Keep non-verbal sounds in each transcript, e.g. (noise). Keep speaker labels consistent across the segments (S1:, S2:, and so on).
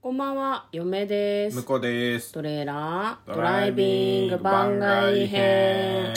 S1: こんばんは、嫁で
S2: 向
S1: す。
S2: こうです
S1: トレーラードライビング番外編。は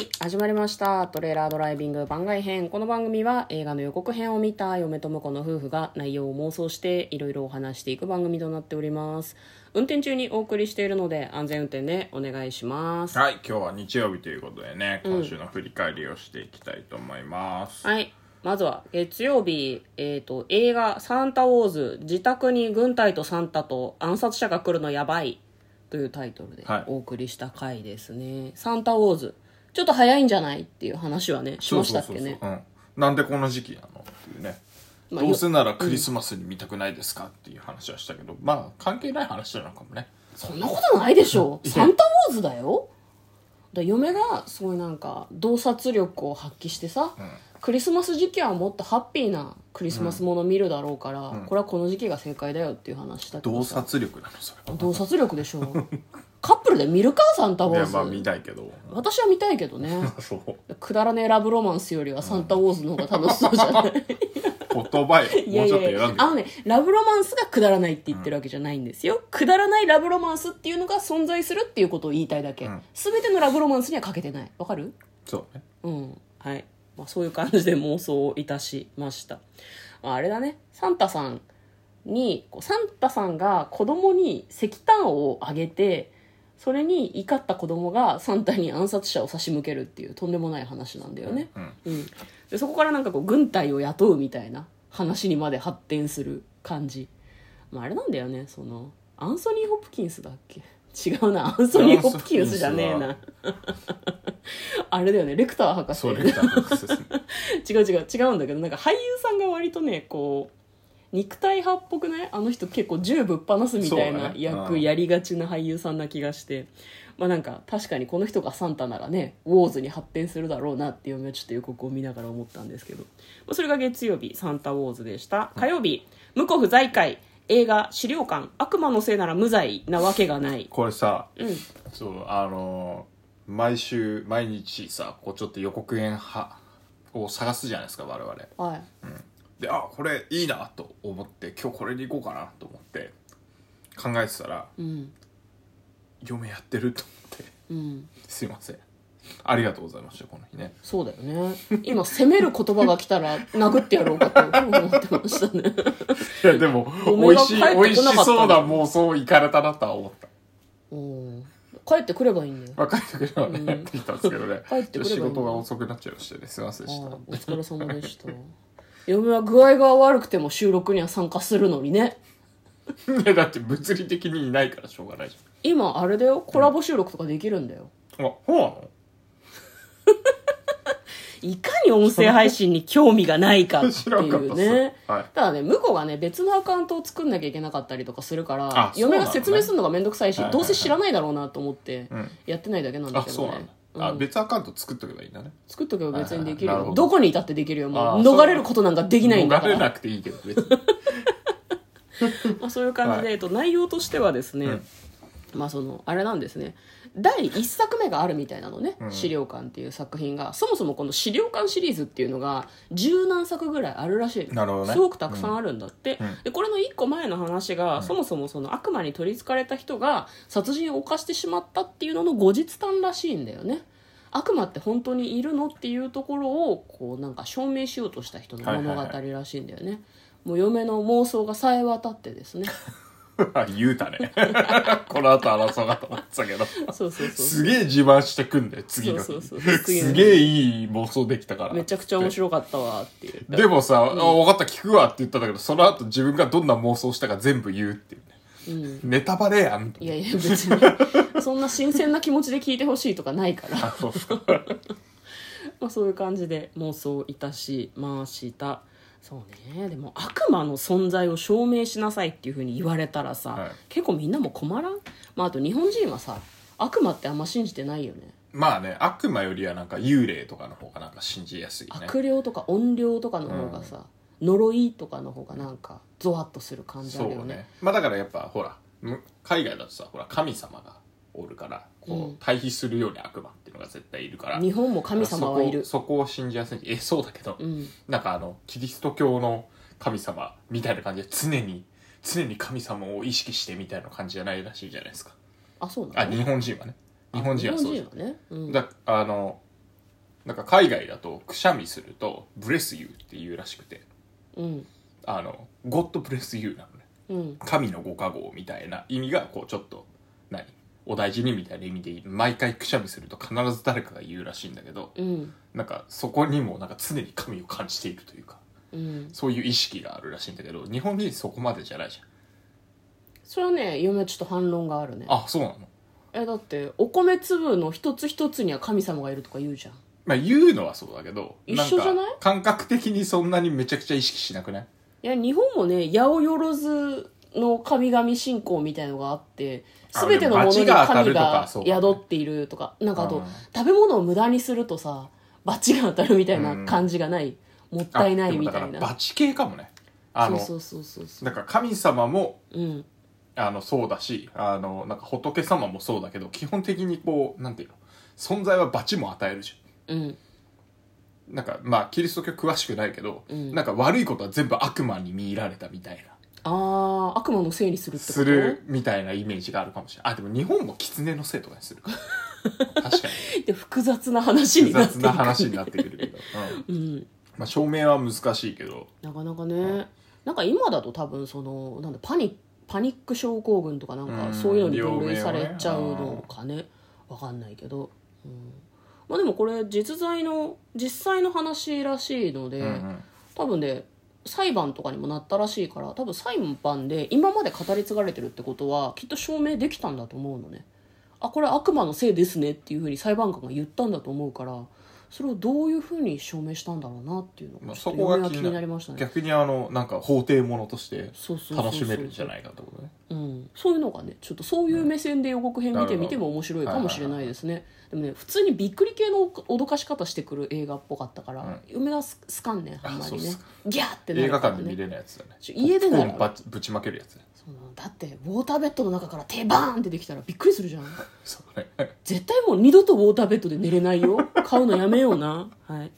S1: い、始まりました。トレーラードライビング番外編。この番組は映画の予告編を見た嫁と婿の夫婦が内容を妄想していろいろお話していく番組となっております。運転中にお送りしているので安全運転でお願いします。
S2: はい今日は日曜日ということでね今週の振り返りをしていきたいと思います、
S1: はい。まずは月曜日、えっ、と、映画サンタウォーズ、自宅に軍隊とサンタと暗殺者が来るのやばいというタイトルで
S2: はい
S1: お送りした回ですね。サンタウォーズ、ちょっと早いんじゃないっていう話はね、し
S2: そ
S1: ま
S2: う
S1: し
S2: そ
S1: た
S2: う
S1: っけ
S2: そう
S1: ね。
S2: そう、うん、なんでこの時期なのっていうね、
S1: まあ
S2: どうせならクリスマスに見たくないですかっていう話はしたけど、まあ関係ない話なのかもね
S1: そんなことないでし
S2: (laughs)
S1: ょ。サンタウォーズだよ。だ嫁がすごいなんか洞察力を発揮してさ、クリスマス時期はもっとハッピーなクリスマスもの見るだろうから、これはこの時期が正解だよっていう話だけど
S2: 洞
S1: さ
S2: 察力なのそれは
S1: 洞察力でしょうカップルで見るかサンタウ
S2: い
S1: ォ
S2: やまあ
S1: ーズ、
S2: 見たいけど
S1: 私は見たいけどね
S2: そう
S1: くだらねえラブロマンスよりはサンタウォーズの方が楽しそうじゃ
S2: (laughs)
S1: ない
S2: 言葉よ
S1: い
S2: も
S1: や
S2: う
S1: い
S2: ちょっ
S1: や
S2: と
S1: い
S2: 選ん
S1: や
S2: で
S1: あのねラブロマンスがくだらないって言ってるわけじゃないんですよ、くだらないラブロマンスっていうのが存在するっていうことを言いたいだけ、
S2: ん
S1: 全てのラブロマンスには欠けてないわかる
S2: そうね
S1: うんはい、まあ、そういう感じで妄想をいたしました、まあ、あれだねサンタさんにこうサンタさんが子供に石炭をあげてそれに怒った子供がサンタに暗殺者を差し向けるっていうとんでもない話なんだよね、
S2: うん
S1: うん、でそこからなんかこう軍隊を雇うみたいな話にまで発展する感じ、まあ、あれなんだよねそのアンソニー・ホプキンスだっけ違うなアンソニー・ホプキンスじゃねえ
S2: アン
S1: な (laughs) あれだよねレクター博士
S2: そうでき
S1: (laughs)
S2: たらです
S1: 違う違う違うんだけどなんか俳優さんが割とねこう肉体派っぽくないあの人結構銃ぶっ放すみたい
S2: そうだ
S1: な
S2: ねう
S1: 役
S2: ん
S1: やりがちな俳優さんな気がして、まあなんか確かにこの人がサンタならねウォーズに発展するだろうなっていうのはちょっと予告を見ながら思ったんですけど、まあ、それが月曜日サンタウォーズでした火曜日無コ不在会映画「資料館悪魔のせいなら無罪なわけがない」
S2: これさ
S1: うん
S2: そうあのー毎週毎日さこうちょっと予告編派を探すじゃないですか我々
S1: はい
S2: であこれいいなと思って今日これでいこうかなと思って考えてたら
S1: うん
S2: 嫁やってると思って (laughs)
S1: うん
S2: すいませんありがとうございましたこの日ね
S1: そうだよね今責める言葉が来た
S2: (laughs)
S1: ら殴ってやろうかと思ってましたね
S2: いやでも
S1: 嫁
S2: 美
S1: が帰
S2: 味し
S1: っ
S2: い
S1: てこなかった
S2: 美味しそうな妄想いかれたなとは思った
S1: うん帰ってくればいいんだよ。
S2: 分かってくればね、やってきたんですけどね (laughs)
S1: 帰ってくればいい
S2: 仕事が遅くなっちゃいましてねすいませんでした
S1: ああお疲れ様でした。嫁は具合が悪くても収録には参加するのにね。
S2: い (laughs) やだって物理的にいないからしょうがないじ
S1: 今あれだよ、コラボ収録とかできるんだよ。
S2: ゃんあそうなの
S1: いかに音声配信に興味がないかって
S2: 知
S1: い
S2: らんかった
S1: う
S2: っす
S1: ね。
S2: はい
S1: ただね、向こうがね、別のアカウントを作んなきゃいけなかったりとかするから
S2: あ、そう
S1: 嫁
S2: なのね
S1: が説明するのがめんどくさいし
S2: はい、はい
S1: ど
S2: は
S1: うせ
S2: い
S1: 知らないだろうなと思って
S2: うん、
S1: やってないだけなんだ
S2: あ
S1: け
S2: そう
S1: ど
S2: な
S1: ね
S2: の。あ
S1: うん
S2: 別アカウント作っとけばいいんだね
S1: 作っとけば別にできる
S2: はいはいなる
S1: よ。
S2: ほど
S1: どこにいたってできるよ。も
S2: あ
S1: う
S2: あ
S1: 逃れることなんかできないんだか
S2: 逃
S1: ら
S2: れ。なくていいけど別に
S1: (laughs) まあ、そういう感じで、
S2: はい
S1: えっと、内容としてはですね、まあそのあれなんですね第1作目があるみたいなのね「
S2: うん
S1: 資料館」っていう作品がそもそもこの「資料館」シリーズっていうのが十何作ぐらいあるらしいの
S2: なるほどね
S1: すごくたくさんあるんだって、
S2: うんうん
S1: でこれの1個前の話が、そもそもその悪魔に取りつかれた人が殺人を犯してしまったっていうのの後日談らしいんだよね悪魔って本当にいるのっていうところをこうなんか証明しようとした人の物語らしいんだよね、もう嫁の妄想がさえ渡ってです
S2: (laughs)
S1: ね
S2: あ言うた (laughs) ねこの後争そうかと思ってたけど
S1: そうそうそう
S2: すげえ自慢してくんだよ次の日
S1: そうそうそう次の日
S2: すげえいい妄想できたから
S1: めちゃくちゃ面白かったわっていう
S2: でもさ、あ分かった聞くわって言ったんだけどその後自分がどんな妄想したか全部言うっていうね、ネタバレやん
S1: いやいや別
S2: (laughs)
S1: にそんな新鮮な気持ちで聞いてほしいとかないから
S2: あそうそう
S1: まあそういう感じで妄想いたしましたそうねでも悪魔の存在を証明しなさいっていうふうに言われたらさ、
S2: はい
S1: 結構みんなも困らん、まあ、あと日本人はさ悪魔ってあんま信じてないよね
S2: まあね悪魔よりはなんか幽霊とかの方がなんか信じやすいね
S1: 悪霊とか怨霊とかの方がさ、呪いとかの方がなんかゾワッとする感じあ
S2: そう
S1: るよね
S2: ねまあだからやっぱほらむ海外だとさほら神様がおるから
S1: う
S2: こ
S1: ん
S2: う対比するように悪魔っていうのが絶対いるから
S1: 日本も神様はいる
S2: そこそこを信じやすいえそうだけど、
S1: うん
S2: なんかあのキリスト教の神様みたいな感じで常に常に神様を意識してみたいな感じじゃないらしいじゃないですか
S1: あそうな
S2: あ
S1: の
S2: 日本人はね日本人はそう
S1: 日
S2: で
S1: 本人はね、うん、
S2: すだあのなんか海外だとくしゃみすると「ブレスユー」って言うらしくて
S1: うん
S2: あの「ゴッドブレスユー」なのね
S1: うん
S2: 神のご加護みたいな意味がこうちょっと何お大事にみたいな意味で毎回くしゃみすると必ず誰かが言うらしいんだけど
S1: うん
S2: なんかそこにもなんか常に神を感じているというか
S1: うん
S2: そういう意識があるらしいんだけど日本人そこまでじゃないじ
S1: それはね嫁はちょっと反論があるね
S2: ゃんあそうなの
S1: えだってお米粒の一つ一つには神様がいるとか言うじゃん
S2: まあ言うのはそうだけど
S1: 一緒じゃない
S2: んか感覚的にそんなにめちゃくちゃ意識しなくない
S1: いや日本もね八百万の神々信仰みたいのがあって
S2: あ
S1: 全てのものに
S2: でも罰が当た
S1: 神
S2: るとか
S1: が
S2: そうだね
S1: 宿っているとかなんかあ
S2: う
S1: と
S2: ん
S1: 食べ物を無駄にするとさ罰が当たるみたいな感じがない、もったいな
S2: あ
S1: い
S2: でも
S1: み
S2: だ
S1: た
S2: から
S1: い
S2: バ
S1: な
S2: チ系かもねあの
S1: そうそうそうそう
S2: なんか神様も
S1: うん
S2: あのそうだしあのなんか仏様もそうだけど基本的にこうなんていうの存在は罰も与えるじ
S1: うん
S2: ゃんなんかまあキリスト教詳しくないけど、
S1: うん
S2: なんか悪いことは全部悪魔に見入られたみたいな
S1: ああ悪魔のせいにするってこと
S2: するみたいなイメージがあるかもしれないあでも日本も狐のせいとかにする
S1: (laughs)
S2: から確かに
S1: で複雑な話
S2: 複
S1: になって
S2: 雑
S1: いく
S2: な話になってくるけど、うん
S1: うん
S2: まあ、証明は難しいけど
S1: なかなかね、なんか今だと多分そのなんだパニパニック症候群とかなん
S2: う
S1: か
S2: ん
S1: そういうのに分類
S2: 病
S1: さ
S2: 名をね
S1: れちゃうのかねわかんないけど、うんまあ、でもこれ実在の実際の話らしいので、
S2: うんうん
S1: 多分ね裁判とかにもなったらしいから多分裁判で今まで語り継がれてるってことはきっと証明できたんだと思うのねあこれ悪魔のせいですねっていうふうに裁判官が言ったんだと思うからそれをどういうふうに証明したんだろうなっていうの
S2: ま
S1: が
S2: あ
S1: ちょ
S2: そ
S1: っと
S2: こが
S1: 嫁は
S2: 気
S1: 気
S2: になる
S1: になりましたね
S2: 逆にあのなんか法廷ものとして
S1: そうそうそうそう
S2: 楽しめるんじゃないかってことね
S1: うん、そういうのがねちょっとそういう目線で予告編見てみても面白いかもしれないですね、でもね普通にびっくり系の脅かし方してくる映画っぽかったから、
S2: うん
S1: 嫁がすすかんねんあんま
S2: あ
S1: り
S2: そうっ
S1: ね
S2: すか
S1: ギャーってな
S2: 映
S1: る
S2: 画
S1: から
S2: 館
S1: ね
S2: で見れないやつだね
S1: ちょ家でなら
S2: ポップコーンばぶちまけるやつね
S1: そのだってウォーターベッドの中から手バーンってできたらびっくりするじゃん
S2: そうね
S1: 絶対もう二度とウォーターベッドで寝れないよ (laughs) 買うのやめようなはい、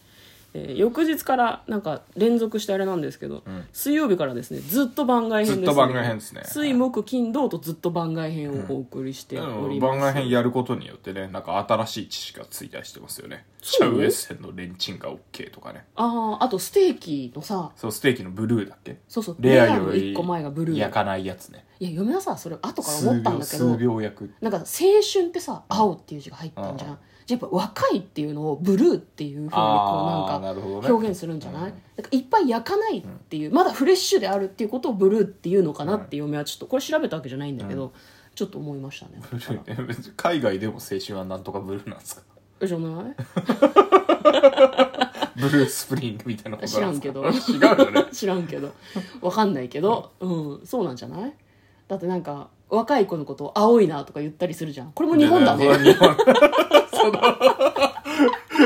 S1: えー翌日からなんか連続してあれなんですけど、
S2: ん
S1: 水曜日からですねずっと番外編です、
S2: ずっと番外編ですね
S1: 水木金土とずっと番外編をお送りしております、
S2: 番外編やることによってねなんか新しい知識が追加してますよねシ
S1: そう
S2: ャウエッセンのレンチンが OK とかね
S1: あああとステーキのさ
S2: そうステーキのブルーだっけ
S1: そうそう
S2: レア
S1: の
S2: より
S1: 一個前がブルー
S2: 焼かないやつね
S1: いや嫁はさそれ後から思
S2: 数
S1: ったん
S2: 秒
S1: だけど
S2: 数秒焼く (laughs)
S1: なんか青春ってさ青っていう字が入ったんじゃん、
S2: う
S1: じゃあやっぱ若いっていうのをブルーっていうふうにこう
S2: あー
S1: なん
S2: なるほど
S1: か
S2: ね
S1: 表現するんじゃない、
S2: うん
S1: なんかいっぱい焼かないっていう、まだフレッシュであるっていうことをブルーっていうのかなって嫁はちょっとこれ調べたわけじゃないんだけど、ちょっと思いま
S2: (laughs)
S1: したね
S2: ブルーね別に海外でも青春はなんとかブルーなんですか
S1: えじゃない
S2: ブルースプリングみたいなこと
S1: 知
S2: な
S1: ら
S2: んで
S1: ん
S2: す
S1: けど
S2: か (laughs) 違うよね
S1: (laughs) 知らんけどわかんないけど、うん、そうなんじゃないだってなんか若い子のことを「青いな」とか言ったりするじゃんこれも日本だね
S2: いやいや (laughs) それは日本その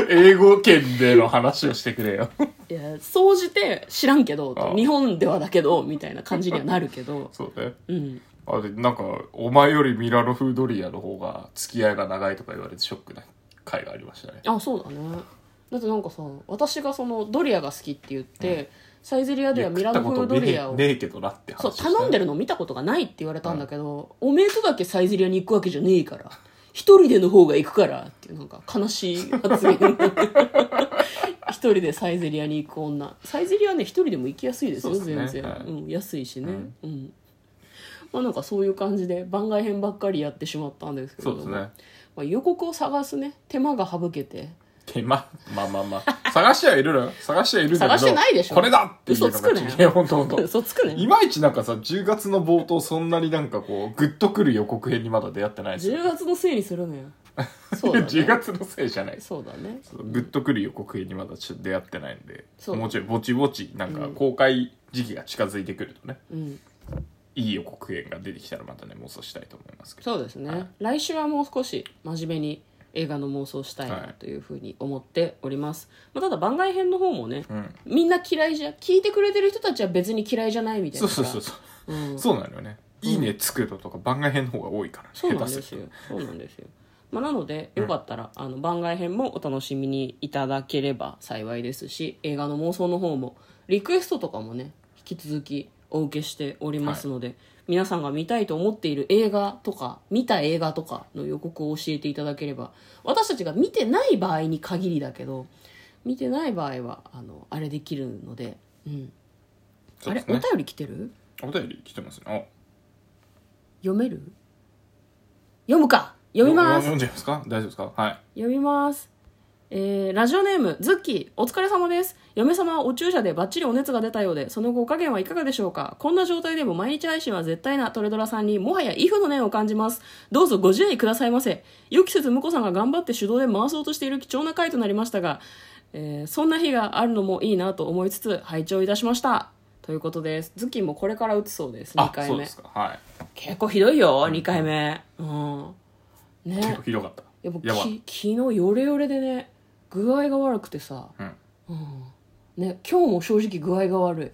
S2: 英語圏での話をしてくれよ
S1: いや総じて知らんけど
S2: ああ
S1: 日本ではだけどみたいな感じにはなるけど
S2: そうね
S1: うん
S2: あれなんかお前よりミラノ風ドリアの方が付き合いが長いとか言われてショックな回がありましたね
S1: あそうだねだってなんかさ私がそのドリアが好きって言って、サイゼリアではミラノ風ドリア
S2: いや食ったこと
S1: を、
S2: ねえねえけどなって話
S1: そう
S2: したね
S1: 頼んでるの見たことがないって言われたんだけど、おめえとだけサイゼリアに行くわけじゃねえから一人での方が行くからっていうなんか悲しい発言一人でサイゼリアに行く女サイゼリアね一人でも行きやすいですよ
S2: そうですね
S1: 全然、
S2: はい
S1: うん、安いしね
S2: うん
S1: うん、まあなんかそういう感じで番外編ばっかりやってしまったんですけれ
S2: そ
S1: ど
S2: う
S1: も
S2: ですね
S1: まあ、予告を探すね手間が省けて
S2: 手間まあまあまあ探してはいるのよ探してはいるんだけ
S1: 探
S2: ど
S1: してないでしょ
S2: これだっていうのが
S1: 嘘つくね
S2: いや本当本当
S1: (laughs) 嘘つく
S2: い
S1: ね
S2: まいちなんかさ10月の冒頭そんなになんかこうグッとくる予告編にまだ出会ってないですよ
S1: 10月のせいにするの
S2: (laughs)
S1: よそうだ
S2: 10
S1: ね
S2: 月のせいじゃないです
S1: そうだね
S2: グッとくる予告編にまだちょっと出会ってないんで
S1: そう
S2: もうちょいぼちぼちなんか公開時期が近づいてくるとね、
S1: うん
S2: いい予告編が出てきたらまたね妄想したいと思いますけど
S1: そうですね、
S2: はい
S1: 来週はもう少し真面目に映画の妄想をしたい
S2: は
S1: ないというふうに思っております、まあ、ただ番外編の方もね、
S2: うん
S1: みんな嫌いじゃ聞いてくれてる人たちは別に嫌いじゃないみたい
S2: そ
S1: な
S2: うそうそう
S1: か
S2: そう、
S1: らうん
S2: そうなのよね「いいね」つくのとか番外編の方が多いから、ね、
S1: そうなんで
S2: 下手
S1: す
S2: る
S1: よ
S2: と
S1: そうなんですよ、まあ、なのでよかったら、あの番外編もお楽しみにいただければ幸いですし映画の妄想の方もリクエストとかもね引き引き続きお受けしておりますので、皆さんが見たいと思っている映画とか見た映画とかの予告を教えていただければ私たちが見てない場合に限りだけど見てない場合はあのあれできるので,、うん
S2: そう
S1: あれ
S2: です
S1: お便
S2: ね
S1: り来てる
S2: お便り来てますね
S1: 読める読むか読みます
S2: 読んじゃいますか大丈夫ですかはい
S1: 読みます。えーラジオネーム、ズッキー、お疲れ様です。嫁様はお注射でバッチリお熱が出たようで、その後お加減はいかがでしょうかこんな状態でも毎日配信は絶対なトレドラさんに、もはやイフの念を感じます。どうぞご自愛くださいませ。予期せず婿さんが頑張って手動で回そうとしている貴重な回となりましたが、えーそんな日があるのもいいなと思いつつ、拝聴いたしました。ということです。ズッキーもこれから打つそうです、2
S2: あ
S1: 回
S2: そう
S1: 目
S2: で。すかはい
S1: 結構ひどいよ、2回目。うん。ね
S2: 結構。ひどかった
S1: いや僕
S2: やば
S1: き昨日ヨレヨレでね具合が悪くてさ、
S2: うん
S1: うんね、今日も正直具合が悪い、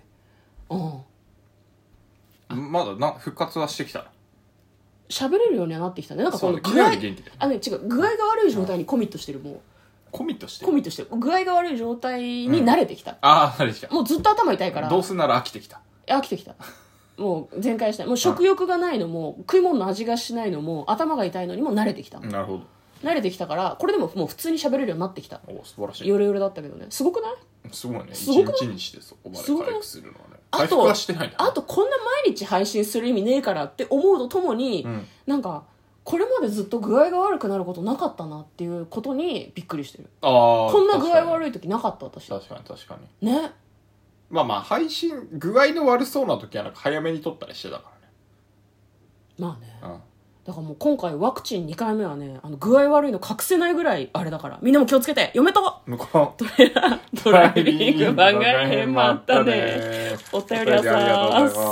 S1: うん、
S2: まだな復活はしてきた
S1: 喋れるようにはなってきたねなんかこの
S2: そう
S1: 具合
S2: 昨日より元気だよ
S1: あ、ね、違う具合が悪い状態にコミットしてるも
S2: コミットし
S1: う
S2: て
S1: コミットしてる具合が悪い状態に慣れてきた、
S2: ああ慣れてき
S1: もうずっと頭痛いか
S2: た
S1: ら
S2: どうせなら飽きてきた
S1: 飽きてきたもう全開したもう食欲がないのも食い物の味がしないのも頭が痛いのにも慣れてきた、
S2: なるほど
S1: 慣れてきたからこれでももう普通に喋れるようになってきた
S2: お素晴らしい
S1: ヨレヨレだったけどねすごくない
S2: すごいね
S1: すごくない
S2: 一日にしてそこまです
S1: ごくない
S2: 回復するのはね
S1: あと
S2: 回復はしてないんだ
S1: あとこんな毎日配信する意味ねえからって思うとともに、
S2: うん
S1: なんかこれまでずっと具合が悪くなることなかったなっていうことにびっくりしてる
S2: あー
S1: こんな具合
S2: い
S1: 悪い時なかった私
S2: 確かに確かに
S1: ね
S2: まあまあ配信具合の悪そうな時はなんか早めに撮ったりしてたか
S1: まあね
S2: らね
S1: だからもう今回ワクチン2回目はねあの具合悪いの隠せないぐらいあれだからみんなも気をつけて嫁と
S2: うん向こう
S1: ドライビング番外編もあったねお便りはさ
S2: お便りありがとうございます